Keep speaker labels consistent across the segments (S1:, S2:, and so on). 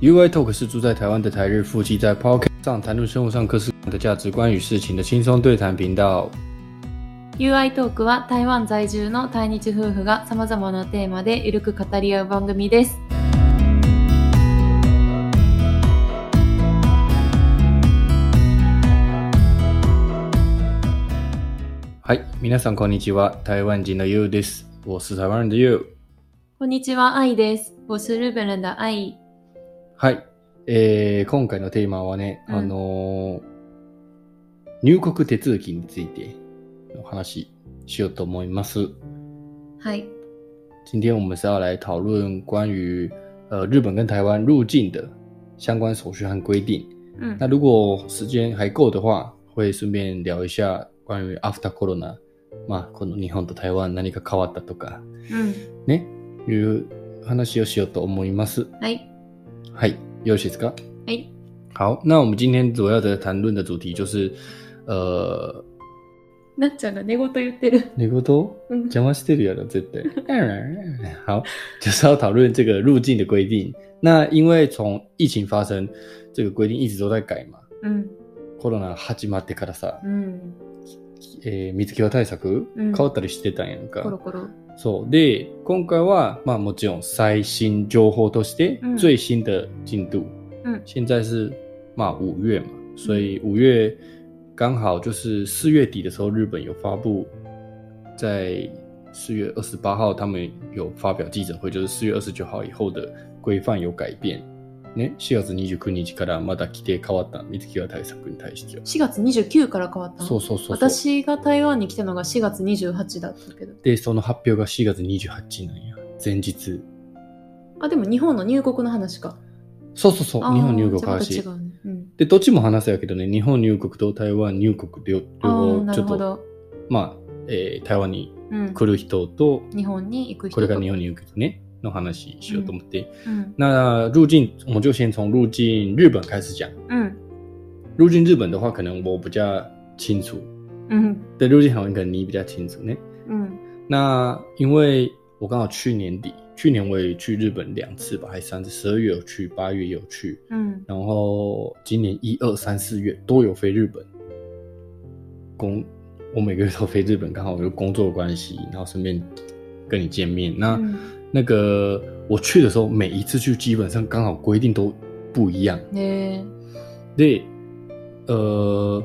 S1: UI Talk 是住在台湾的台日夫妻在 p o c k e t 上谈论生活上各式各样的价值观与事情的轻松对谈频道。
S2: UI トークは台湾在住の対日夫婦が様々なテーマでゆるく語り合う番組です。
S1: はい、皆さんこんにちは。台湾人の You です。我是台湾人的 You。
S2: こんにちは、愛です。我是日本人的愛。
S1: はい、えー、今回のテーマはね、
S2: うん
S1: あのー入国手続きについてお話ししようと思います。
S2: はい。
S1: 今天我们是要来讨论关于呃日本跟台湾入境的相关手续和规定。
S2: うん
S1: 那。如果时间还够的话，会顺便聊一下关于 after corona，まあこの日本と台湾何か変わったとか
S2: うん。
S1: ねいう話をしようと思います。
S2: はい。
S1: はい、よろしいですか？
S2: はい。
S1: 好，那我们今天主要的谈论的主题就是，呃，
S2: なっちゃんが寝言言ってる。
S1: 那个都
S2: うん。
S1: 讲话是对的，这对。 好，就是要讨论这个入境的规定。那因为从疫情发生，这个规定一直都在改嘛。
S2: うん。
S1: コロナ始まってからさ、
S2: うん。
S1: えー水際対策、
S2: うん
S1: 変わったりしてたんやんか。
S2: コロコロ。
S1: そう。で、今回は、まあもちろん最新情報として
S2: う、ん
S1: 最新的进度。
S2: うん
S1: 现在是、まあ五月嘛。所以五月刚好就是四月底的时候，日本有发布，在四月二十八号他们有发表记者会，就是四月二十九号以后的规范有改变。ね、4月29日からまだ規定変わった水際対策に対しては。
S2: 4月29から変わったの
S1: そうそうそうそう。
S2: 私が台湾に来たのが4月28だったけど。
S1: で、その発表が4月28日なんや。前日。
S2: あ、でも日本の入国の話か。
S1: そうそうそう、
S2: あー
S1: 日本入国
S2: じゃあま
S1: 開
S2: た違
S1: 始。
S2: うね。うん。
S1: で、どっちも話せやけどね、日本入国と台湾入国両
S2: あ
S1: 両
S2: あ、
S1: 方、
S2: な
S1: ち
S2: る
S1: ょっ
S2: ほ
S1: と、
S2: ど。
S1: まあ、えー台湾に
S2: うん。
S1: 来る人と、
S2: 日本に行く人
S1: これから日
S2: 本。
S1: 本に行く人ね、の話しようと思って。
S2: うん。
S1: 那入境，我们就先从入境日本开始讲。
S2: うん。
S1: 入境日本的话，可能我比较清楚，
S2: うん。
S1: 对入境台湾可能你比较清楚呢。
S2: うん。
S1: 那因为我刚好去年底，去年我也去日本两次吧，还是三次，十二月有去，八月也有去，
S2: うん。
S1: 然后今年一二三四月都有飞日本，工我每个月都飞日本，刚好有工作的关系，然后顺便跟你见面。那、
S2: うん
S1: 那个我去的时候，每一次去基本上刚好规定都不一样。
S2: ねえ。
S1: 对，呃，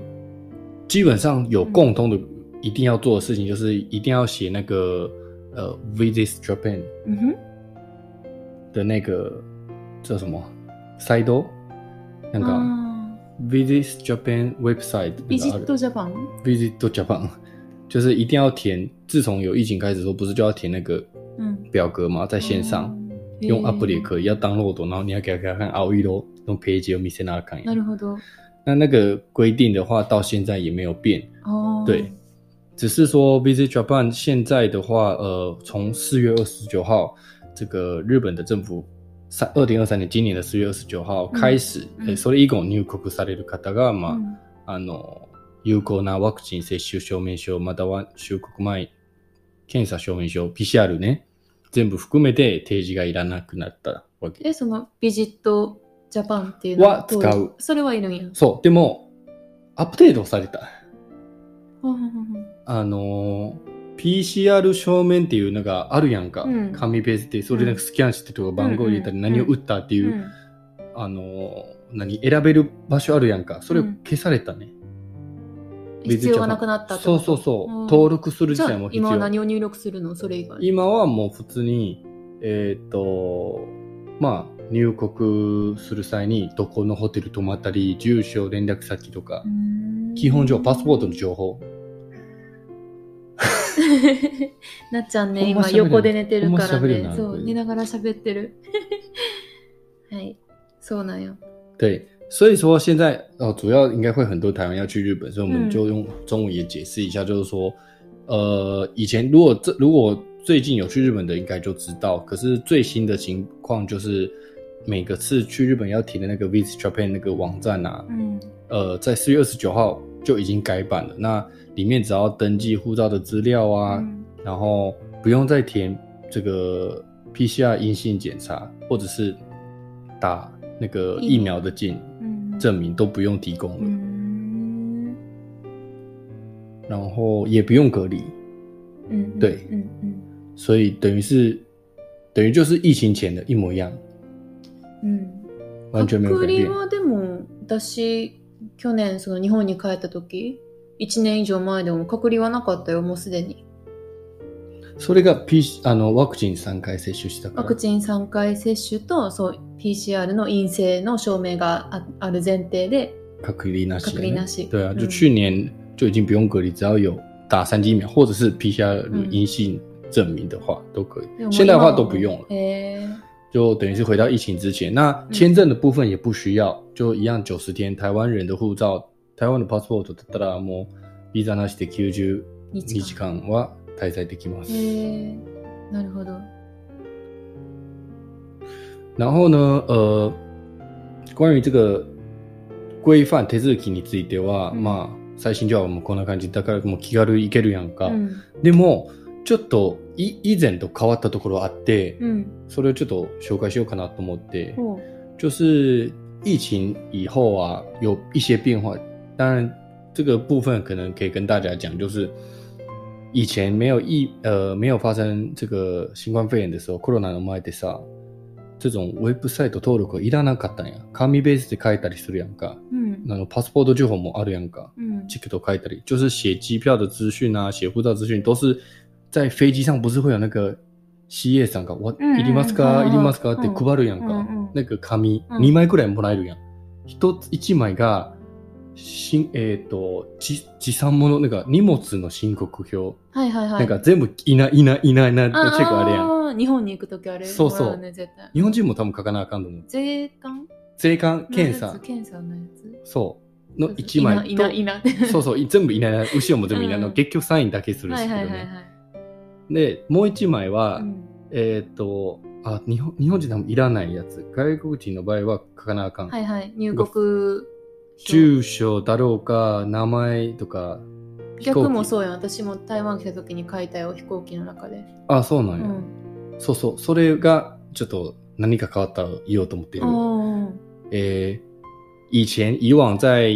S1: 基本上有共通的一定要做的事情，就是一定要写那个呃 “visit Japan”
S2: うんふん。
S1: 的那个叫什么 “side”，那个、啊
S2: あ
S1: Visit Japan website
S2: ー
S1: 那
S2: ビ
S1: 个
S2: ジ
S1: 啊
S2: ットジャパン
S1: Visit Japan，就是一定要填。自从有疫情开始说，不是就要填那个
S2: うん。
S1: 表格吗？在线上、
S2: うん。
S1: 用
S2: へえ
S1: App 也可以，要 download，然后你要给他给他看啊
S2: 哦
S1: AOE 咯，用 Page 用 m i s e n a 看。
S2: なるほど。
S1: 那那个规定的话，到现在也没有变，
S2: ああ。
S1: 对。只是说 Visit Japan 现在的话，呃，从四月二十九号，这个日本的政府三二零二三年今年的四月二十九号开始，
S2: 嗯
S1: えそれ以降入国される方が
S2: う
S1: まあ。
S2: ん。
S1: あの、有効なワクチン接種証明書、または出国前検査証明書、PCR ね、全部含めて提示がいらなくなったわけ。
S2: え、そのビジットジャパンっていうの
S1: は使う
S2: どいそれはいるんや。
S1: そう、でも、アップデートされた。
S2: ほうほうほうほう
S1: あの、PCR 証明っていうのがあるやんか。
S2: うん
S1: 紙ペースで、それなんかスキャンしてとか番号入れたり、
S2: うん
S1: 何を打ったっていう、あの、何、選べる場所あるやんか。それを消されたね。
S2: うん必要がなくなったって
S1: そ
S2: こ
S1: う
S2: と
S1: そうそう。
S2: うん
S1: 登録する
S2: じ
S1: 自
S2: ゃ
S1: 体
S2: あ
S1: も必要。
S2: 今は何を入力するのそれ以外。
S1: 今はもう普通に、えーっ、と、まあ、入国する際にどこのホテル泊まったり、住所、連絡先とか
S2: う、ーん
S1: 基本上パスポートの情報。
S2: なっちゃん
S1: ほ
S2: ね、
S1: んま
S2: 今
S1: 喋れん
S2: 横で寝てるか
S1: ほ
S2: ら
S1: んま喋れんな
S2: ね。そう、寝ながら喋ってる。 はい、そうなんよ。
S1: 对，所以说现在哦，主要应该会很多台湾要去日本，所以我们就用中文也解释一下，就是说，呃，以前如果这如果最近有去日本的，应该就知道。可是最新的情况就是，每个次去日本要填的那个 Visit Japan 那个网站啊，
S2: うん。
S1: 呃，在四月二十九号就已经改版了。那里面只要登记护照的资料啊，
S2: うん
S1: 然后不用再填这个 PCR 阴性检查，或者是打那个疫苗嗯的进
S2: うん
S1: 证明都不用提供
S2: うー
S1: 了，
S2: ん
S1: 然后也不用隔离，
S2: うん
S1: 对
S2: うんうん
S1: 所以等于是等于就是疫情前的一模一样，
S2: うん
S1: 完全没有
S2: 隔
S1: 改
S2: 離
S1: 变。
S2: はでも私去年その日本に帰った時1年以上前でも隔離はなかったよもうすでに
S1: それが P 啊あのワクチン3回接種したか
S2: ワ
S1: ら
S2: クチン3回接種とそう PCR の陰性の証明があある前提で
S1: 隔离那些，
S2: 隔离那些
S1: 对啊，
S2: 嗯
S1: 就去年就已经不用隔离，只要有打三剂疫苗或者是 PCR
S2: 嗯
S1: 阴性证明的话、都可
S2: でも
S1: 以。现在的话都不用了，
S2: 今はへー
S1: 就等于是回到疫情之前。那签证的部分也不需要，就一样九十天，台湾人的护照，台湾的 passport ただもうビザなしで90
S2: 日
S1: 日
S2: 韓
S1: 間は滞在できます。
S2: へーなるほど
S1: 然后呢，呃，关于这个规範手続きについては、
S2: うん
S1: まあ最新情報もこんな感じだからもう気軽に行けるやんか。
S2: うん
S1: でもちょっとい以前と変わったところあって、
S2: うん
S1: それをちょっと紹介しようかなと思って、
S2: ほう
S1: 就是疫情以后啊有一些变化。当然这个部分可能可以跟大家讲，就是以前没有疫呃没有发生这个新冠肺炎的时候，コロナの前でさ。这种ウェブサイト登録はいらなかったんや。紙ベースで書いたりするやんか。
S2: うん
S1: あのパスポート情報もあるやんか。
S2: うん
S1: 这个都开的里，就是写机票的资讯啊，写护照资讯，都是在飞机上不是会有那个西叶上か我
S2: 嗯
S1: いりますか
S2: 嗯
S1: いりますかっ
S2: 嗯
S1: て配るやん
S2: 嗯
S1: か
S2: 嗯。
S1: 那个紙
S2: 嗯
S1: 二枚くらいもらえるやん。一つ一枚が新えっ、と持持参物なんか荷物の申告表、
S2: はいはいは
S1: な
S2: い
S1: んか全部いないいないいないいないのチェックあれやん。
S2: あー日本に行く時あれ
S1: そうそう
S2: もらね絶対
S1: 日本人も多分書かなあかんと思う。
S2: 税関
S1: 税関
S2: のや
S1: 検
S2: つ
S1: 査
S2: 検査のやつ
S1: そうの一枚と
S2: いないいないいない
S1: そうそう全部い ないいない後ろも全部いないの、
S2: うん
S1: 結局サインだけするしけ
S2: はい
S1: ど
S2: はい
S1: ね。
S2: はいはい
S1: で、もう一枚は、
S2: うん
S1: えーっと、あ、日本、日本人多分いらないやつ。外国人の場合は書かなあかん。
S2: はいはい入国
S1: 住所だろうか、名前とか、
S2: 逆も
S1: う。
S2: そうやん私も台湾来た時に書いたよ飛行機の中で、
S1: あ、そうな
S2: うん
S1: や。
S2: ん、
S1: そうそう。それが、ちょっと何か変わったら言おうと思っている。
S2: おー
S1: えー以前以往在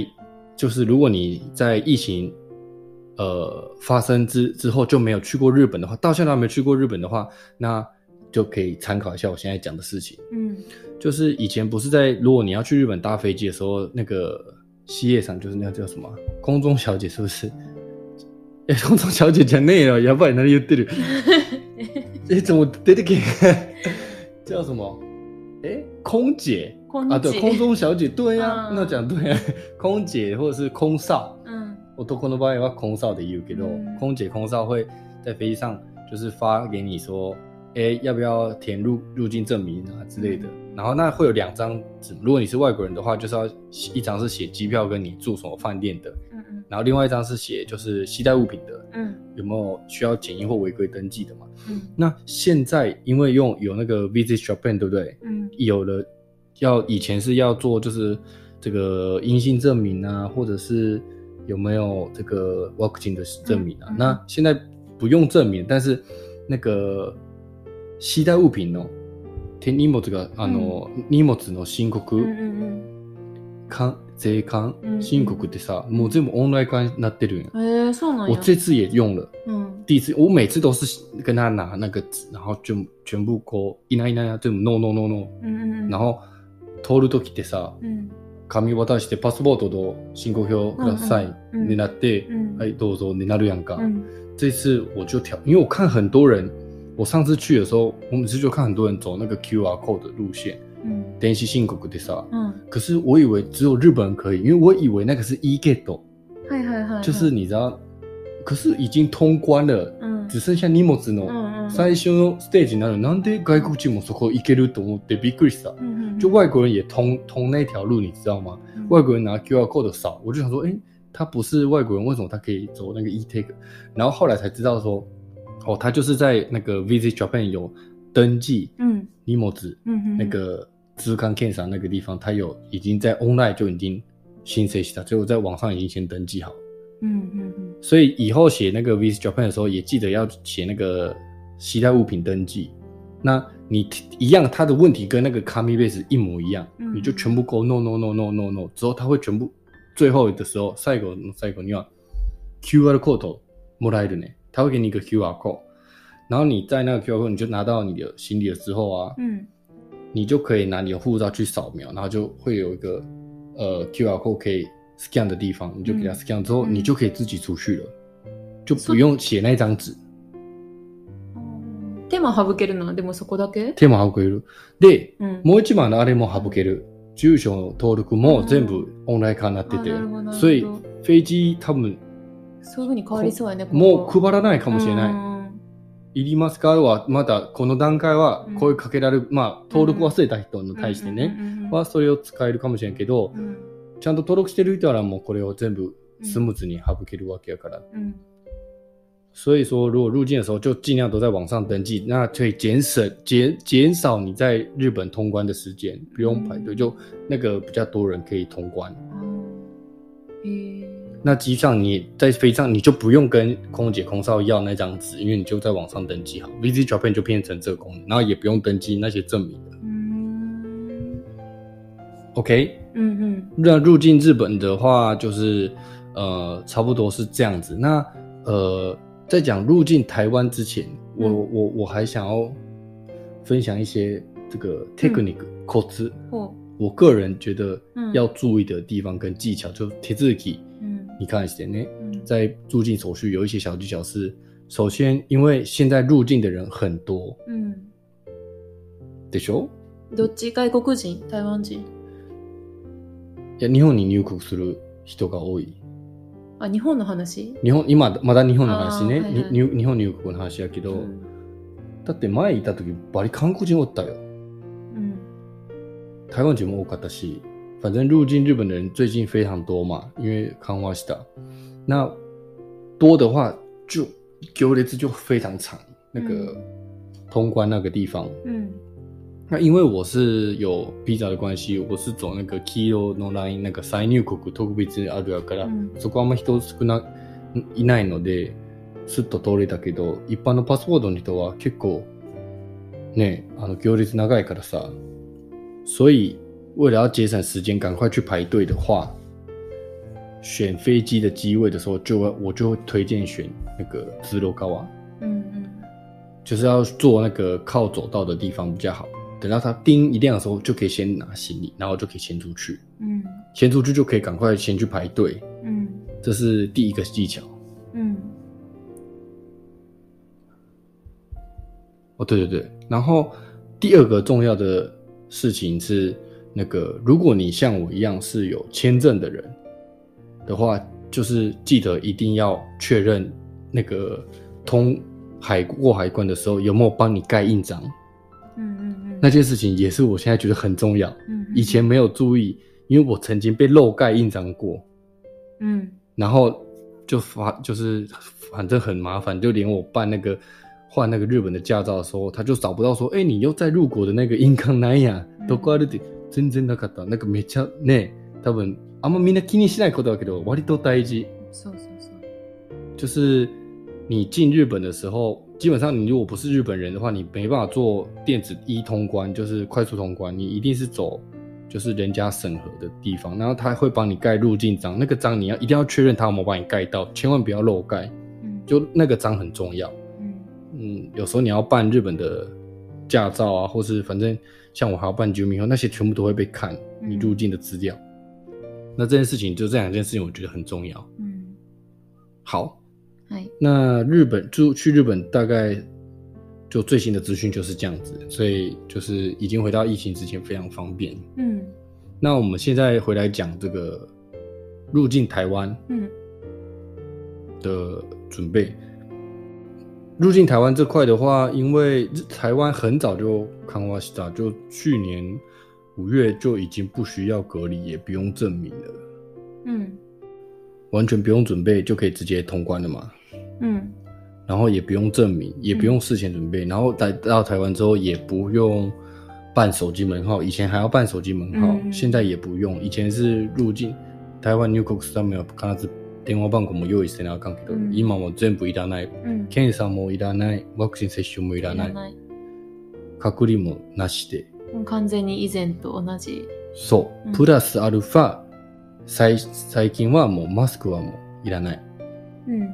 S1: 就是如果你在疫情呃发生之之后就没有去过日本的话，到现在还没去过日本的话，那就可以参考一下我现在讲的事情。
S2: うん
S1: 就是以前不是在如果你要去日本搭飞机的时候，那个西夜场就是那叫什么啊空中小姐是不是？ 哎、空中小姐讲累了，やばい何言ってる？哎、怎么出てけへん 叫什么？哎、空姐。
S2: こん
S1: 啊，
S2: にち
S1: 对，空中小姐，对呀、
S2: 嗯
S1: 那讲对呀、啊 空姐或者是空少，
S2: うん
S1: 我都空的包也要空少的有给到，
S2: 嗯
S1: 空姐、空少会在飞机上就是发给你说，哎，要不要填入入境证明啊之类的，然后那会有两张纸，如果你是外国人的话，就是要写一张是写机票跟你住什么饭店的，
S2: うん
S1: 然后另外一张是写就是携带物品的，
S2: うんうん
S1: 有没有需要检疫或违规登记的嘛？
S2: うん
S1: 那现在因为用有那个 Visit Japan，对不对？
S2: うん
S1: 有了要以前是要做就是这个阴性证明啊，或者是有没有这个 vaccine 的证明啊。
S2: 嗯嗯
S1: 那现在不用证明，但是那个携带物品哦，填荷物があの、荷物の申告、
S2: うんうん
S1: 関税関
S2: うん
S1: 申告ってさ、もう全部オンライン化になってるんや。
S2: うんえー、そうなん
S1: 我
S2: や
S1: 这次也用了。
S2: うん
S1: 第一次，我每次都是跟他拿那个纸，然后就全部勾一拿一拿一拿，全部 no no no no，
S2: うんうん
S1: 然后通る時ってさ
S2: うん
S1: 紙渡してパスポートと申告表ください
S2: うんうん
S1: になって
S2: う、ん
S1: はいどうぞになるやんか。
S2: うん
S1: 这次我就调，因为我看很多人，我上次去的时候，我每次就看很多人走那个 QR code 的路线，
S2: うん
S1: 电信申告でさ。
S2: うん
S1: 可是我以为只有日本人可以，因为我以为那个是 e get，
S2: はいはいはいはい
S1: 就是你知道，可是已经通关了，
S2: うん
S1: 只剩下荷物
S2: う
S1: の
S2: んうん
S1: 最初のステージになる。なんで外国人もそこ行けると思ってびっくりした。
S2: うんうんうん
S1: 就外国人也通通那条路，你知道吗？
S2: うん
S1: 外国人拿 QR code 扫，我就想说，诶，他不是外国人，为什么他可以走那个 e tag？然后后来才知道说，哦，他就是在那个 Visit Japan 有登记
S2: うん
S1: 尼莫子
S2: うんうんうん
S1: 那个资康 K 上那个地方，他有已经在 online 就已经新 C 了，所以我在网上已经先登记好了。
S2: うんうん
S1: 所以以后写那个 Visit Japan 的时候，也记得要写那个携带物品登记。
S2: うん
S1: 那你一样，他的问题跟那个 Kami Base 一模一样，
S2: 嗯
S1: 你就全部勾 no no no no no no 之后，他会全部最後的时候，最後の最後には QR コードもらえるね，他会给你一个 QR code，然后你在那个 QR code 你就拿到你的行李了之后啊，
S2: 嗯
S1: 你就可以拿你的护照去扫描，然后就会有一个呃 QR code 可以 scan 的地方，你就给它
S2: 嗯
S1: scan 之后，
S2: 嗯
S1: 你就可以自己出去了，就不用写那张纸。
S2: 手間省けるのはでもそこだけ
S1: 手も省ける。で、
S2: うん
S1: もう一枚のあれも省ける。住所の登録も全部オンライン化になってて
S2: あなるほどなるほ、ど
S1: 所以飞机多分
S2: そういうふうに変わりそうやね
S1: もう
S2: う
S1: 配らないかもしれない。
S2: い
S1: いりますかはまだこの段階は
S2: うん
S1: 声かけられる、まあ登録忘れた人に対してね、はそれを使えるかもしれんけど、
S2: うん
S1: ちゃんと登録してる人ならもうこれを全部
S2: うん
S1: スムーズに省けるわけやから。
S2: うん
S1: 所以说，如果入境的时候就尽量都在网上登记，那可以减省减减少你在日本通关的时间，不用排队，就那个比较多人可以通关。
S2: へえ
S1: 那机上你在飞机上你就不用跟空姐空少要那张纸，因为你就在网上登记好，VZ Japan 就变成这个功能，然后也不用登记那些证明了
S2: うーん
S1: OK，
S2: うんうん
S1: 那入境日本的话，就是呃，差不多是这样子。那呃，在讲入境台湾之前，我
S2: 嗯
S1: 我我还想要分享一些这个 technique 口子、
S2: ほ
S1: 我个人觉得
S2: 嗯
S1: 要注意的地方跟技巧，就铁自己，
S2: ううん
S1: 你看一点呢，
S2: うん
S1: 在入境手续有一些小技巧是，首先因为现在入境的人很多，
S2: うん
S1: でしょ？
S2: どっち外国人台湾人
S1: いや日本に入国する人が多い。
S2: あ日本の話
S1: 日本今まだ日本の話ね、
S2: あーはいはい
S1: に日本入国の話やけど、
S2: うん
S1: だって前いた時バリ韓国人おったよ
S2: うん
S1: 台湾人も多かったし反正入境日本的人最近非常多嘛因为緩和した那多的话就行列就非常长那个通关那个地方、
S2: うん
S1: 那因为我是有 visa 的关系我是走那个 Kiro no line 那个再入国特別あるやから、
S2: うん
S1: そこあんま人少ないないので、スッと通れたけど、一般のパスポートの人は結構、ね、あの行列長いからさ、所以为了要节省时间，赶快去排队的话，选飞机的机位的时候，就会我就会推荐选那个直楼高啊，
S2: うん
S1: 就是要坐那个靠走道的地方比较好。等到它叮一亮的时候，就可以先拿行李，然后就可以先出去，
S2: うん
S1: 先出去就可以赶快先去排队，
S2: うん
S1: 这是第一个技巧。
S2: うん
S1: 哦，对对对。然后第二个重要的事情是，那个如果你像我一样是有签证的人的话，就是记得一定要确认那个通海过海关的时候有没有帮你盖印章，
S2: うんうん
S1: 那件事情也是我现在觉得很重要，
S2: うん
S1: 以前没有注意，因为我曾经被漏盖印章过。
S2: うん
S1: 然后就发就是反正很麻烦，就连我办那个换那个日本的驾照的时候，他就找不到说，哎、你又在入国的那个印鑑ないやん。
S2: 嗯
S1: どこあるって全然なかった。なんかめっちゃね、多分あんまみんな気にしないことだけど、割と大事。
S2: そうそうそう
S1: 就是你进日本的时候，基本上你如果不是日本人的话，你没办法做电子一通关，就是快速通关，你一定是走就是人家审核的地方，然后他会帮你盖入境章，那个章你要一定要确认他有没有帮你盖到，千万不要漏盖，
S2: うん
S1: 就那个章很重要。
S2: うん
S1: 嗯，有时候你要办日本的驾照啊，或是反正像我还要办居民后，那些全部都会被看你入境的资料。那这件事情就这两件事情，我觉得很重要。
S2: うん
S1: 好，
S2: はい
S1: 那日本就去日本大概就最新的资讯就是这样子，所以就是已经回到疫情之前非常方便。
S2: うん
S1: 那我们现在回来讲这个入境台湾
S2: うん
S1: 的准备。入境台湾这块的话，因为日台湾很早就康瓦西达，就去年五月就已经不需要隔离，也不用证明了，
S2: うん
S1: 完全不用准备就可以直接通关了嘛。
S2: うん
S1: 然后也不用证明，也不用事前准备，然后来到台湾之后也不用办手机门号，以前还要办手机门号，
S2: 嗯
S1: 现在也不用。以前是入境台湾入国上面必ず電話番号も用意してなあかんけど、
S2: 嗯
S1: 今も全部いらない。
S2: うん
S1: 検査もいらない、ワクチン接種もいらない。
S2: ない
S1: 隔離もなしで、
S2: もう完全に以前と同じ。
S1: そうう、
S2: ん
S1: プラスアルファ、最最近はもうマスクはもういらない。
S2: うん。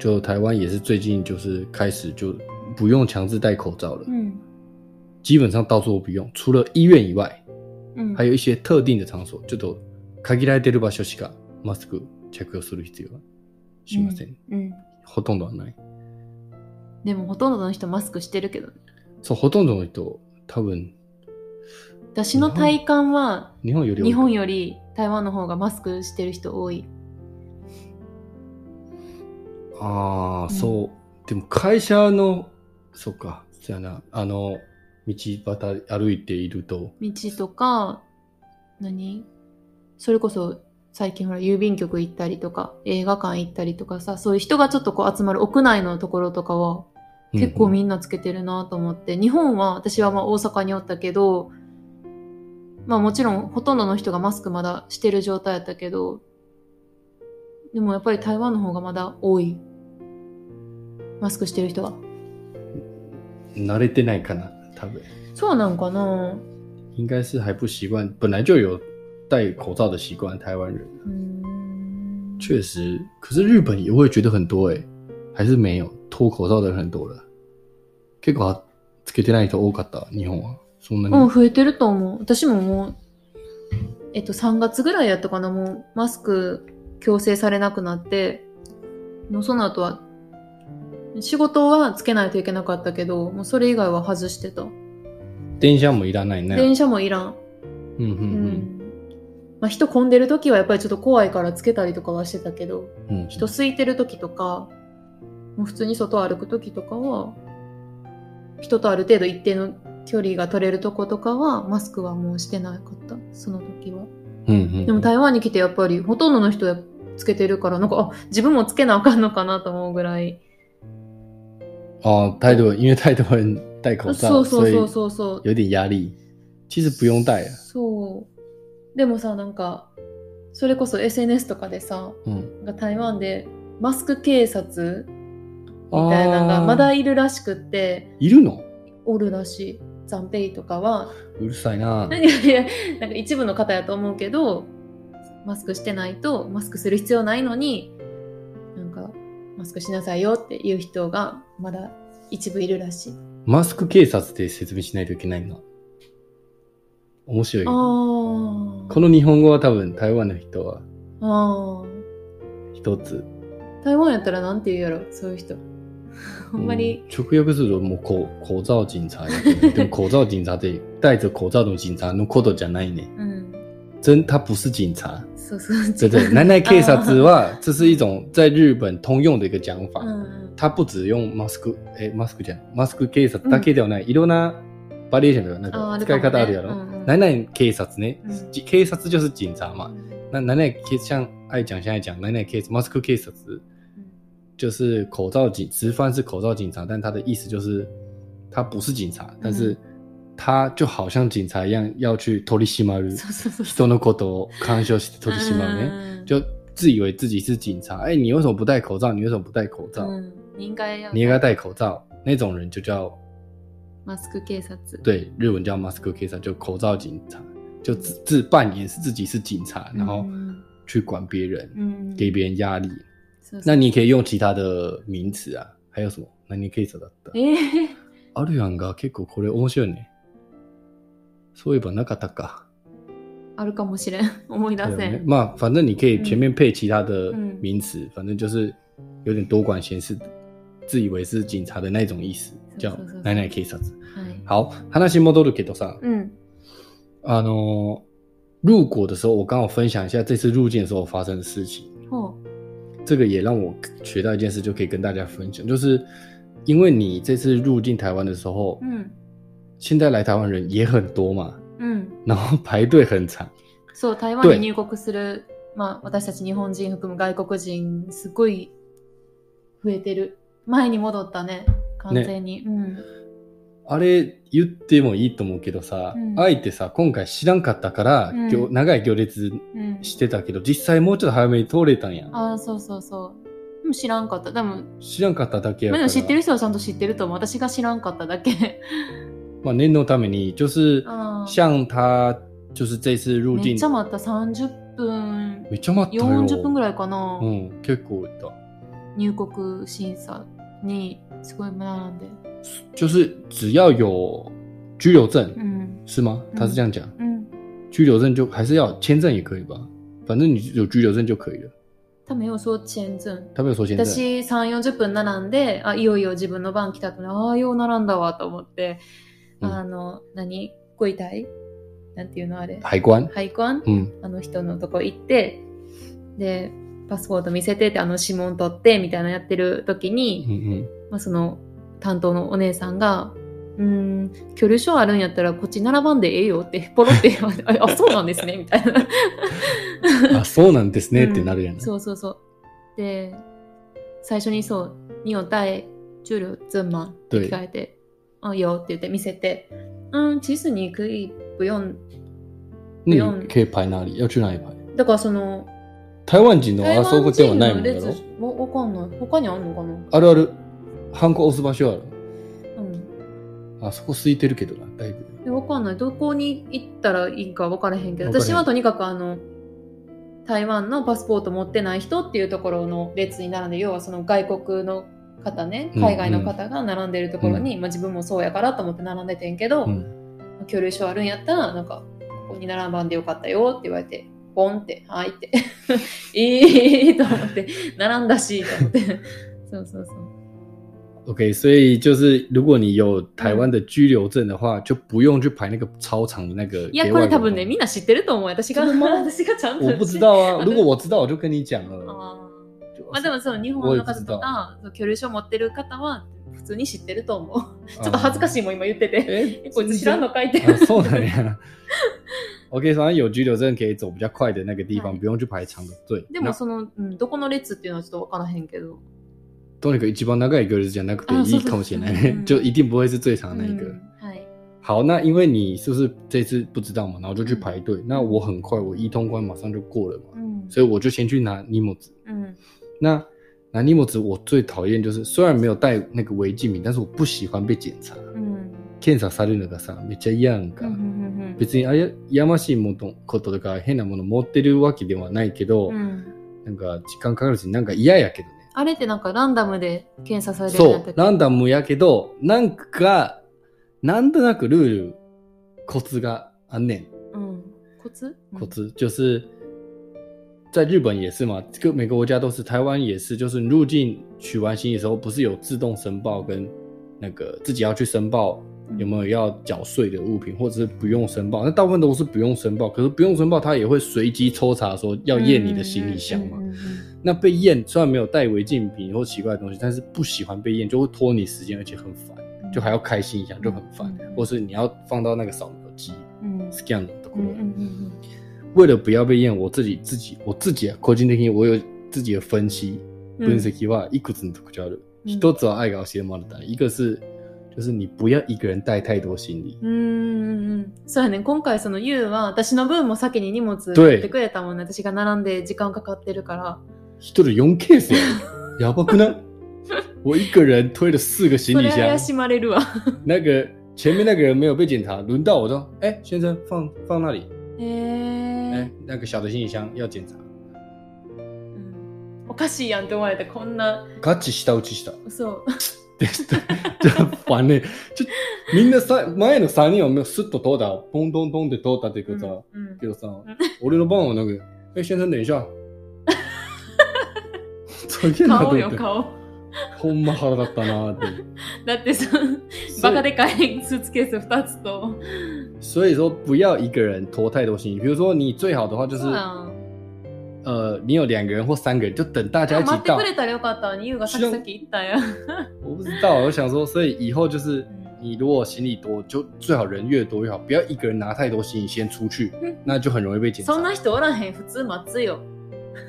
S1: 就台湾也是最近就是开始就不用强制戴口罩了，
S2: うん。
S1: 基本上到处都不用，除了医院以外，
S2: うん。
S1: 还有一些特定的场所，ちょっと限られてる場所しかマスク着用する必要はしません。
S2: うん。
S1: ほとんどはない。
S2: でもほとんどの人マスクしてるけどね。
S1: そう、ほとんどの人、多分、
S2: 私の体感は
S1: 日本より多い
S2: 日本より台湾の方がマスクしてる人多い。
S1: ああ、
S2: うん
S1: そう。でも会社の、そうか、そうやな、あの、道端歩いていると、
S2: 道とか、何それこそ最近ほら郵便局行ったりとか映画館行ったりとかさ、そういう人がちょっとこう集まる屋内のところとかは結構みんなつけてるなと思って、日本は私はまあ大阪におったけど、まあもちろんほとんどの人がマスクまだしてる状態やったけど、でもやっぱり台湾の方がまだ多い。マスクしてる人は。
S1: うん慣れてないかな、多分。
S2: そうなんかな
S1: 应该是还不习惯，本来就有戴口罩的习惯。台湾人
S2: うーん。
S1: 确实，可是日本也会觉得很多诶、还是没有脱口罩的人很多了。結構つけてない人多かった日本はそんなに。
S2: うん、増えてると思う。私ももう、えっと、3月ぐらいやったかな、もう、マスク強制されなくなって、もうその後は、仕事はつけないといけなかったけど、もうそれ以外は外してた。
S1: 電車もいらないね。
S2: 電車もいらん。
S1: うんう
S2: うんん。まあ、人混んでる時はやっぱりちょっと怖いからつけたりとかはしてたけど、
S1: うん。うん
S2: 人空いてる時とか、もう普通に外歩く時とかは、人とある程度一定の距離が取れるとことかは、マスクはもうしてなかった、その時は。
S1: うんうん。
S2: でも台湾に来てやっぱりほとんどの人はつけてるから、なんか、あ、自分もつけなあかんのかなと思うぐらい。
S1: 哦，太多人，因为太多人戴口
S2: そ
S1: 罩，
S2: うそ
S1: 所
S2: う
S1: 以
S2: そうそうそう。
S1: 有点压力。其实不用戴啊。
S2: そう。でもさ、なんか、それこそ SNS とかでさ、
S1: 嗯，
S2: なんか台湾でマスク警察みたいなのがまだ
S1: ああ、
S2: いるらしくって、
S1: いるの？
S2: おるらしい。ザンペイとかは
S1: うるさいな。
S2: 何いやなんか一部の方やと思うけどマスクしてないとマスクする必要ないのになんかマスクしなさいよっていう人がまだ一部いるらしい
S1: マスク警察で説明しないといけないんだ。面白い。
S2: あ
S1: こ
S2: ー
S1: の日本語は多分台湾の人は
S2: あー
S1: 一つ。
S2: 台湾やったらなんて言うやろそういう人ほんま
S1: う
S2: に、
S1: ん直訳するともうこ口罩警察やけ どでも口罩警察で戴着口罩の警察のことじゃないね。
S2: うん、
S1: 真他不是警察。
S2: そうそう
S1: 对对，奶奶警察 は这是一种在日本通用的一个讲法。
S2: うんうん
S1: 它不只用マスク、え、マスクじゃん。マスク警察だけではない。いろんなバリエーションというか、なん
S2: あー
S1: か
S2: ある
S1: 使
S2: かも
S1: い
S2: ね
S1: 方あるやろ。
S2: うんうん
S1: 奶奶警察ね。
S2: うん
S1: じ警察就是警察嘛。
S2: うん
S1: 那奶奶 case 像爱讲现在讲奶奶 case mask case 就是口罩警，直翻是口罩警察，但他的意思就是他不是警察，但是他就好像警察一样要去取り締ま る
S2: そうそうそう
S1: 人のことを干渉して取り締まるね，
S2: うん
S1: 就自以为自己是警察，哎，你为什么不戴口罩？你为什么不戴口罩？
S2: うん你应该要
S1: 你应该戴口罩。那种人就叫
S2: マスク警察
S1: 对日文叫 mask case，就口罩警察，就自自扮演是自己是警
S2: 嗯
S1: 察，然后
S2: うん
S1: 去管别人，
S2: うん
S1: 给别人压力。
S2: そうそう
S1: 那你也可以用其他的名词啊，还有什么？那你可以找到的。
S2: えー
S1: あるやんが結構これ面白いね。そういえばなかったか。
S2: あるかもしれん。思い出せん。
S1: 对啊まあ、反正你可以前面配其他的名词，反正就是有点多管闲事，自以为是警察的那种意思，叫
S2: そうそうそう
S1: 奶奶警察。
S2: はい。
S1: 好，話戻るけどさ、
S2: うん。
S1: あの入国的时候，我刚好分享一下这次入境的时候发生的事情。
S2: ほ
S1: 这个也让我学到一件事，就可以跟大家分享，就是因为你这次入境台湾的时候，
S2: う。うん。
S1: 现在来台湾人也很多嘛，
S2: うん。
S1: 然后排队很长，
S2: そう、台湾に入国する、まあ、私たち日本人含む外国人、すごい増えてる。前に戻ったね。完全に。
S1: あれ言ってもいいと思うけどさ、
S2: うん
S1: あえてさ今回知らんかったから、
S2: うん
S1: 行長い行列
S2: うん。うん。
S1: してたけど実際もうちょっと早めに通れたんやん
S2: ああ、そうそうそう。でも知らんかった。でも、
S1: 知らんかっただけや
S2: まあ、
S1: か
S2: で
S1: ら
S2: も知ってる人はちゃんと知ってると思う。私が知らんかっただけ。
S1: まあ、念のために就是
S2: あー
S1: 像他就是这次入
S2: め
S1: 境
S2: っちゃ待った30分
S1: めっちゃ待ったよ
S2: 40分ぐらいかな、
S1: うん結構いた
S2: 入国審査にすごい並んで
S1: 就是只要有居留证、
S2: うん
S1: 是吗？他是这样讲，
S2: うん
S1: 居留证就还是要签证也可以吧，反正你有居留证就可以了。
S2: 他没有说签证
S1: 他没有说签证，
S2: 私340分並んであいよいよ自分の番来たと思ってああよう並んだわと思っ
S1: う
S2: て、
S1: ん
S2: あの何ご遺体なんていうのあれ
S1: 海关，
S2: 配管
S1: 嗯
S2: あの人のとこ行ってでパスポート見せてってあの指紋取ってみたいなのやってる時に、
S1: 嗯嗯，
S2: まあ、その担当のお姉さんが「うーん距離証あるんやったらこっち並ばんでええよ」って ポロって言われて「あそうなんですね」みたいな。
S1: 啊，そうなんですね
S2: うん
S1: ってなるやない。
S2: そうそうそう。で、最初にそう、にお対重量全満って聞かれて、あ、よって言って見せて、うん、其实你可以不用。
S1: 那
S2: 不用
S1: 你可以排哪里？要去哪里排？
S2: だからその、
S1: 台湾人のあそこではないもんや
S2: 列
S1: ろ。
S2: わわかんない。他にあんのかな
S1: あるある、ハンコ押す場所ある。
S2: うん
S1: あそこ空いてるけどな、だいぶ。
S2: え。わかんない。どこに行ったらいいかわからへんけど、
S1: わからへん
S2: 私はとにかくあの、台湾のパスポート持ってない人っていうところの列に並んで、要はその外国の方ね、海外の方が並んでるところに、まあ、自分もそうやからと思って並んでてんけど、
S1: うん。
S2: 恐竜書あるんやったら、なんか、ここに並ばんでよかったよって言われて、ポンって、はいって、 いいと思って、並んだし、と思って。そうそうそう。
S1: OK，所以就是如果你有台湾的居留证的话，就不用去排那个超长的那个。
S2: いや、これ多分ね、みんな知ってると思う。私が、
S1: それも
S2: 私がちゃんと。
S1: 我不知。道 啊，如果我知道我就跟你讲了。
S2: あ
S1: 就
S2: ーまあでも、その日本の方とか、その恐竜書持ってる方は、普通に知ってると思う。ちょっと恥ずかしいもん、今言っ てて。
S1: 哎
S2: え、こいつ知らんのかいって。
S1: 啊，送人呀。OK，反正有居留证可以走比较快的那个地方，
S2: はい
S1: 不用去排长的队。
S2: でも、その、うん、どこの列っていうのはちょっとわからへんけど。
S1: とにかく一番長い行列じゃなくて
S2: あ
S1: い
S2: そう
S1: い
S2: そう
S1: かもしれな
S2: う
S1: い，
S2: ん
S1: 就一定不会是最长的那一个。
S2: うんはい。
S1: 好，那因为你是不是这次不知道嘛，然后就去排队。那我很快，我一通关马上就过了嘛，
S2: うん。
S1: 所以我就先去拿尼莫子。
S2: うん。
S1: 那拿尼莫子，我最讨厌就是虽然没有带那个违禁品，但是我不喜欢被检查。
S2: うん。
S1: 検査されるのがさ、めっちゃ嫌やん
S2: う
S1: か。
S2: んうん
S1: 別にあややましいものこととか変なもの持ってるわけではないけど、
S2: うんうん。
S1: なんか時間かかるしなんか嫌やけどね
S2: あれってなんかランダムで検査される
S1: そ
S2: ようにな
S1: う
S2: った
S1: ラン
S2: ム
S1: ダムやけどなんかなんとなくルールコツがあんねん
S2: うん。コツ
S1: コツ就是在日本也是嘛，这个每个国家都是，台湾也是，就是你入境取完行李的时候，不是有自动申报跟那个自己要去申报有没有要缴税的物品，或者是不用申报，那大部分都是不用申报，可是不用申报，他也会随机抽查说要验你的行李箱嘛。
S2: うんうんうん
S1: 那被验虽然没有带违禁品或奇怪的东西，但是不喜欢被验就会拖你时间，而且很烦，
S2: うん
S1: 就还要开心一下就很烦，
S2: 嗯
S1: 或是你要放到那个扫描机
S2: うんうん
S1: scan 的过
S2: うん
S1: 来
S2: うん。うん
S1: 为了不要被验，我自己自己我自己啊，個人的に我有自己的分析
S2: うん
S1: 分析はいくつの特徴ある。
S2: うん
S1: 一つは愛が教えてもらった。一个是就是你不要一个人带太多行李。
S2: うんうんうんそうやね今回その YOU は私の分も先に荷物持ってくれたもんね私が並んで時間かかってるから
S1: 一人4 case 啊やばくない？我一个人推了四个行
S2: そ
S1: 李
S2: れ怪し
S1: 箱，
S2: まれるわ
S1: 那个前面那个人没有被检查，轮到我说，哎、先生放放那里，
S2: へ
S1: 哎、
S2: え
S1: 那个小的行李箱要检查。
S2: おかしいやんって思われてこんな
S1: ガチ下打ちした。
S2: そう
S1: でした。ちょっとファンね。ちょみんなさ、前の3人はもうスッと通った。ポントントンって通ったっていうかさ、
S2: うんうん
S1: けどさ
S2: ん、
S1: 俺の番はなんか、え、先生等一下。そういうなと
S2: 顔
S1: 思
S2: よ
S1: って、
S2: 顔
S1: ほんま腹立ったなーって。
S2: だってそのバカでかいスーツケース2つと
S1: 所以所以说，不要一个人拖太多行李。比如说，你最好的话就是
S2: そう、やん
S1: 呃，你有两个人或三个人，就等大家一起
S2: 待って
S1: 到
S2: く。れたらよかったのに、ユウがさっきさっき言ったやん。
S1: 我不知道，我想说，所以以后就是你如果行李多，就最好人越多越好，不要一个人拿太多行李先出去
S2: 嗯，
S1: 那就很容易被检查
S2: そ。んな人おらへん、普通待つよ。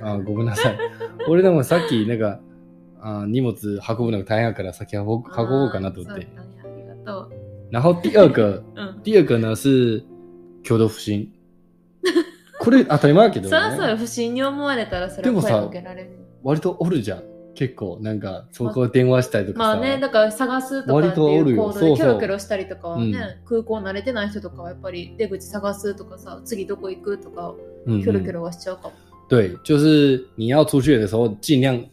S1: あごめんなさい。俺でもさっき、なんか、あ荷物運ぶのが大変やから先運ぼう運ぼうかなと思って
S2: あ。ーそうやったねありがとう。
S1: 然后第二个、
S2: うん。
S1: 第二个呢是、共同不信。これ当たり前やけど
S2: そらそう
S1: ね。
S2: よ、不審に思われたらそれ
S1: でも
S2: は
S1: さ
S2: 声かけられる。
S1: 割とおるじゃん。結構なんかそこ電話したりとか
S2: ま
S1: さ、
S2: あね、だから探すとかって
S1: 割とお
S2: い
S1: る
S2: う
S1: よ
S2: 行動で
S1: そう
S2: キ
S1: そ
S2: ョ
S1: う
S2: ロキョロしたりとかはね、
S1: う
S2: 空港慣れてない人とかはやっぱり出口探すとかさ、次どこ行くとか、
S1: 嗯
S2: キョロキ
S1: 嗯
S2: ョロはしちゃうかも。
S1: 对，就是你要出去的时候，尽量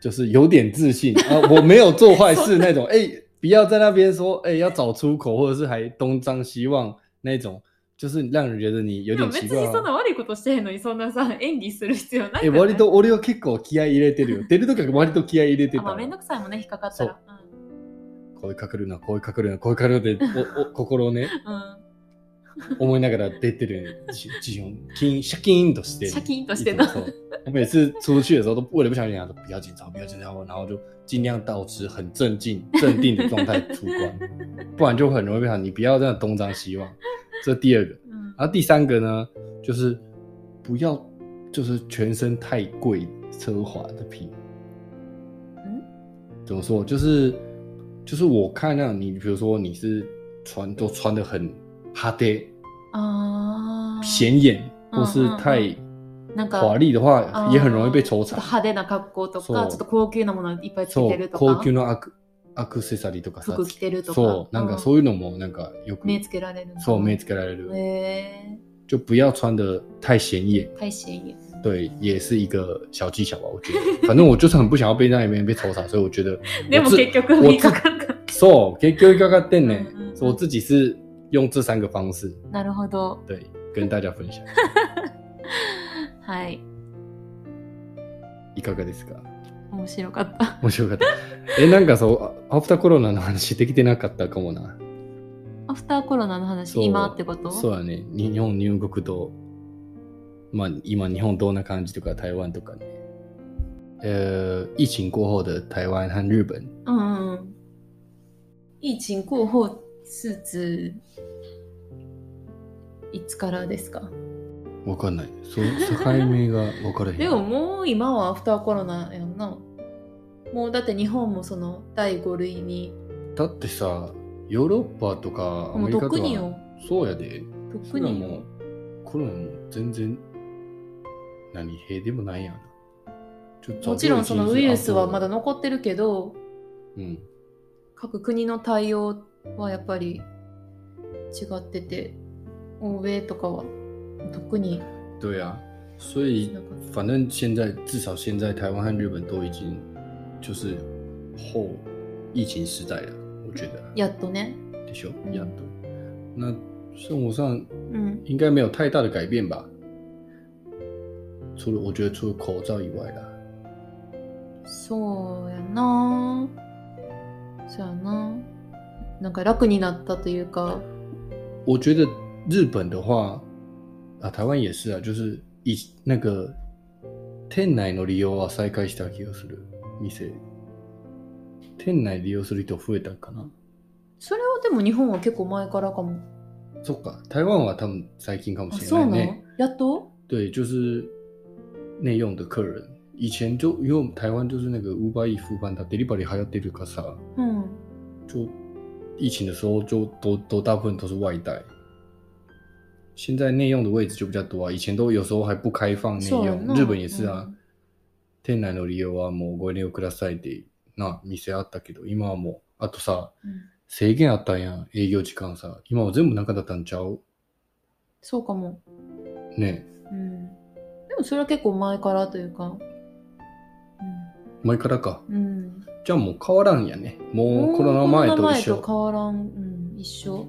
S1: 就是有点自信啊，我没有做坏事那 种。哎、不要在那边说，哎、要找出口，或者是还东张西望那种，就是让人觉得你有
S2: で
S1: 点
S2: も別
S1: 奇
S2: に
S1: 怪、
S2: そん
S1: 啊。
S2: な悪いことしてへんのに、そんなさ、演技する必要ない
S1: え、
S2: んじゃない
S1: 割と俺は結構気合い入れてるよ。出るときは割と気合い入れて
S2: あまあ、
S1: た。
S2: めんどくさいもんね、引っかかったら。うん
S1: 声かけるな、声かけるな、声かけるなって、お、お、心をね、
S2: う
S1: 思いながら出てる。じじ金シャキーンとして。
S2: ん、シャキーンとしてな。
S1: 一直走我每次出去的时候，都为了不小心讲说不要紧张，不要紧张，然后就尽量保持很镇静、镇定的状态出 关，不然就很容易被喊你不要这样东张西望。这第二个，啊
S2: うん
S1: 然后第三个呢，就是不要就是全身太贵奢华的品。
S2: 嗯，
S1: 怎么说？就是就是我看到你，比如说你是穿都穿的很哈的
S2: あー
S1: 显眼，或是
S2: 嗯嗯
S1: 太
S2: なんか
S1: 华丽的话，也很容易被
S2: ち
S1: 抽
S2: ょっ
S1: 查。
S2: と派手な格好と
S1: そ
S2: か、
S1: う
S2: ちょっと高級なものいっぱいつけ
S1: そ
S2: てる
S1: う、
S2: と
S1: 高
S2: か
S1: 級、のアクアクセサリーとかさ、
S2: 服着てるとか、
S1: そう、なんかそういうのもなんかよく、
S2: 目つけられるんだ
S1: そう、目つけられる。
S2: へえ
S1: 就不要穿的太显眼，
S2: 太显眼。，
S1: 对，也是一个小技巧吧，我觉得。反正我就是很不想要被那里面被抽查，所以我觉得
S2: でも
S1: 我自
S2: 結局
S1: 我
S2: 引っ
S1: 自
S2: かかった。
S1: そう、結局かかってんね
S2: うんうんうん。
S1: そう我自己是用这三个方式，
S2: なるほど。
S1: 对，跟大家分享。
S2: はい。
S1: いかがですか
S2: 面白かった。
S1: 面白か った。え、なんかそう、あアフターコロナの話できてなかったかもな。
S2: アフターコロナの話、
S1: そう
S2: 今ってこと
S1: そうやね。日本入国と、まあ今日本どんな感じとか台湾とかね。えー、疫情过后的台湾和日本。
S2: うんうんうん。疫情広報スーツ、いつからですか
S1: わかんない。 そう、境目がわからへん。
S2: でももう今はアフターコロナやんな。もうだって日本もその第5類に、
S1: だってさ、ヨーロッパとかア
S2: も
S1: メリ
S2: う
S1: カと
S2: 特
S1: か、
S2: によ。
S1: そうやで。
S2: 特
S1: それは
S2: に
S1: も
S2: よ
S1: う。、コロナも全然、何、平でもないやん。ちょっと
S2: もちろんそのウイルスはまだ残ってるけど、
S1: うん。
S2: 各国の対応はやっぱり違ってて、欧米とかは特に
S1: 对啊，所以
S2: 那个
S1: 反正现在至少现在台湾和日本都已经就是后疫情时代了，我觉得
S2: やっとね。
S1: 的确
S2: 嗯
S1: 一样的。那生活上
S2: うん。
S1: 应该没有太大的改变吧？除了我觉得除了口罩以外啦，
S2: そうやなそうやななんか楽になったというか、
S1: 我觉得日本的话啊，台湾也是啊，就是以那个店内の利用は再開した気がする店。店内利用する人増えたかな。
S2: それはでも日本は結構前からかも。
S1: そっか、台湾は多分最近かも
S2: あ、
S1: し
S2: そ
S1: れ
S2: う
S1: な
S2: ないの
S1: ね。
S2: やっと
S1: 对，就是内用的客人，以前就因为我们台湾就是那个 Uber E 副班，他 delivery 还要 delivery 啥，
S2: うん。
S1: 就疫情的时候就都都大部分都是外带。现在内用的位置就比较多啊，以前都有时候还不开放内
S2: そうやん
S1: 用，
S2: な
S1: 日本也是啊
S2: うん。
S1: 店内の利用はもうご利用くださいってな店あったけど、今はもうあとさ
S2: うん
S1: 制限あったやん営業時間さ、今は全部中だったんちゃう
S2: そうかも。
S1: ね。
S2: うん。でもそれは結構前からというか。
S1: 前からか。
S2: うん。うん。
S1: じゃあもう変わらんやね。もうコロナ前と一
S2: コロナ前と
S1: 緒。
S2: 変わらん。うん、一緒。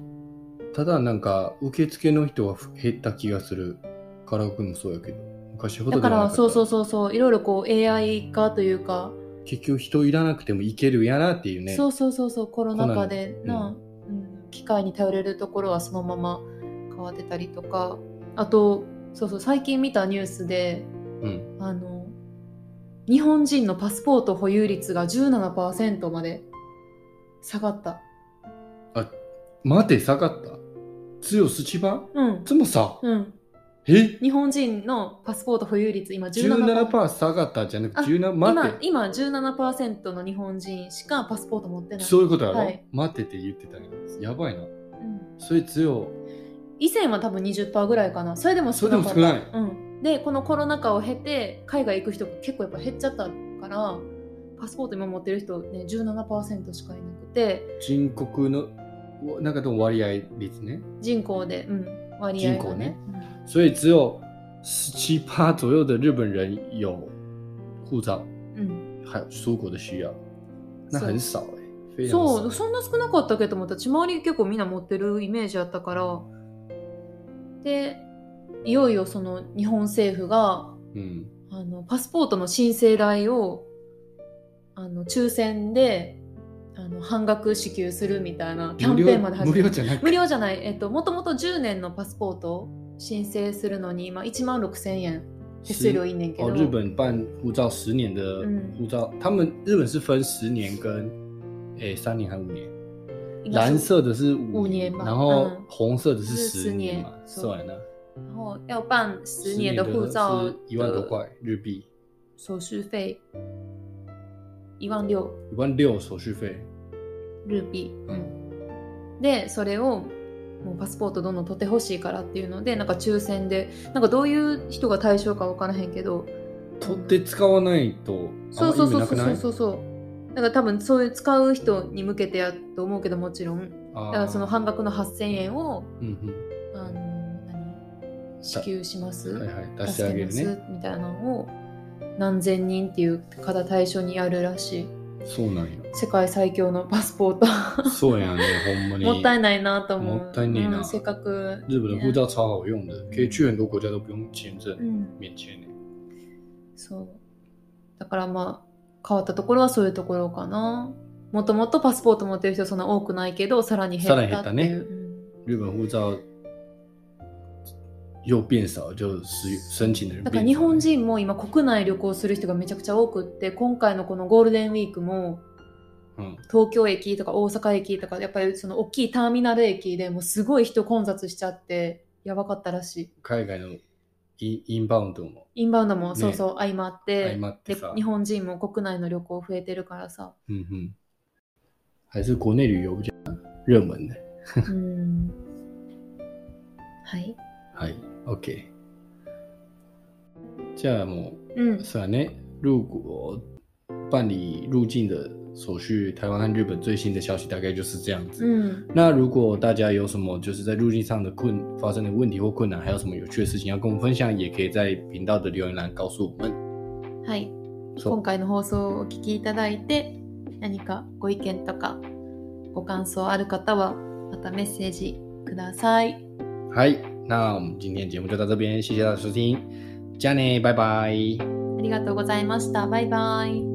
S1: ただなんか、受付の人は減った気がする。カラオケもそうやけど。昔ほど
S2: だ
S1: で
S2: か
S1: はな
S2: ら、
S1: った
S2: そうそうそうそう、いろいろこう AI 化というか、
S1: 結局人いらなくてもいけるやなっていうね。
S2: そうそうそうそう、コロナ禍で
S1: コロナ
S2: な、うん、機械に頼れるところはそのまま変わってたりとか、あと、そうそう、最近見たニュースで、
S1: うん。
S2: あの、日本人のパスポート保有率が17%まで下がった。
S1: 待て、下がった。強すちば
S2: うん。
S1: つもさ、
S2: うん。
S1: え
S2: 日本人のパスポート保有率、今
S1: ?17%
S2: 17%。
S1: 下がったじゃなく
S2: あ
S1: て、17、待
S2: 今
S1: て。
S2: 今17%の日本人しかパスポート持ってない。
S1: そういうことやろ、
S2: はい
S1: 待てって言ってたんやつやばいな。
S2: うん
S1: それ強。
S2: 以前は多分20%ぐらいかなそれでも
S1: そ
S2: 少
S1: れで
S2: な
S1: も
S2: かっ
S1: 少
S2: た
S1: ない。
S2: うん、でこのコロナ禍を経て海外行く人が結構やっぱ減っちゃったからパスポート今持ってる人、ね、17%しかいなくて
S1: 人国のわ那个的割合率ね
S2: 人口で、うん、割合が
S1: 人口ね
S2: うん
S1: 所以只有十七趴左右的日本人有护照，
S2: うん
S1: 还有出国的需要，那
S2: そう
S1: 很少哎、非常
S2: そ
S1: 少
S2: う。そんな少なかったっけと思ったらちまわり結構みんな持ってるイメージあったからでいよいよその日本政府が
S1: 嗯
S2: あのパスポートの申請代をあの抽選であの半額支給するみたいなキャンペーンまで始
S1: 無
S2: め
S1: 料
S2: た
S1: じゃなく
S2: 無料じゃない、えっと、もともと10年のパスポートを申請するのに、まあ、1万6千円手数料いんねんけど、
S1: 哦，日本办护照十年的
S2: 嗯
S1: 护照，他们日本是分十年跟诶、三年还五年，
S2: 应该是
S1: 蓝色的是五
S2: 五年吧
S1: 然后
S2: 嗯
S1: 红色的是
S2: 是
S1: 十
S2: 10
S1: 年嘛，
S2: 年
S1: 算了，
S2: 然后要办十
S1: 十
S2: 年的护照
S1: 是一万多块日币，
S2: 手续费1万六
S1: 一万六手续费，
S2: ルーピー、
S1: う
S2: でそれをもうパスポートどんどん取ってほしいからっていうのでなんか抽選でなんかどういう人が対象か分からへんけど
S1: 取って使わないとあ
S2: そ
S1: ん
S2: うそう
S1: ま意味
S2: そう
S1: なくな
S2: そうそ
S1: いう
S2: そうだから多分そういう使う人に向けてやと思うけどもちろん
S1: あー
S2: だからその半額の8000円を
S1: うんうん
S2: あの何支給します、
S1: はいはい、出して
S2: 助
S1: あ
S2: け
S1: げ
S2: ま
S1: る
S2: す、
S1: ね。
S2: みたいなのを何千人っていう方対象にやるらしい
S1: そうなん よ。
S2: 世界最強のパスポート
S1: そうやね、ほんまに。
S2: もったいないなと思う
S1: もったいねえな
S2: うんせっかく
S1: 日本的护照超好用的，可以去很多国家都不用签证
S2: う，ん
S1: 免签呢。
S2: そうだからまあ変わったところはそういうところかなもともとパスポート持ってる人そんな多くないけどさらに減ったって
S1: さら
S2: い
S1: に減
S2: う、
S1: 日本护照又变少，就使申请的
S2: う
S1: 人
S2: ん
S1: 变少
S2: だから
S1: ね。
S2: 日本人も今国内旅行する人がめちゃくちゃ多くって今回のこのゴールデンウィークも
S1: うん、
S2: 東京駅とか大阪駅とかやっぱりその大きいターミナル駅でもうすごい人混雑しちゃってやばかったらしい
S1: 海外のインインバウンドも
S2: インバウンドもそうそう相まって,、
S1: 相まって
S2: で
S1: さ
S2: 日、本人も国内の旅行増えてるからさ
S1: うんうん、还是国内旅游比较热门的。
S2: うんはい
S1: はい、OK。じゃあもう。
S2: うん
S1: 是啊，那入国办理入境的手续，台湾和日本最新的消息大概就是这样子。
S2: うん
S1: 那如果大家有什么就是在入境上的困发生的问题或困难，还有什么有趣的事情要跟我们分享，也可以在频道的留言栏告诉我们。
S2: はい
S1: そう
S2: 今回の放送をお聞きいただいて何かご意見とかご感想ある方はまたメッセージください
S1: 嗨，那我们今天节目就到这边，谢谢大家收听，加内，拜拜。
S2: ありがとうございましたバイバイ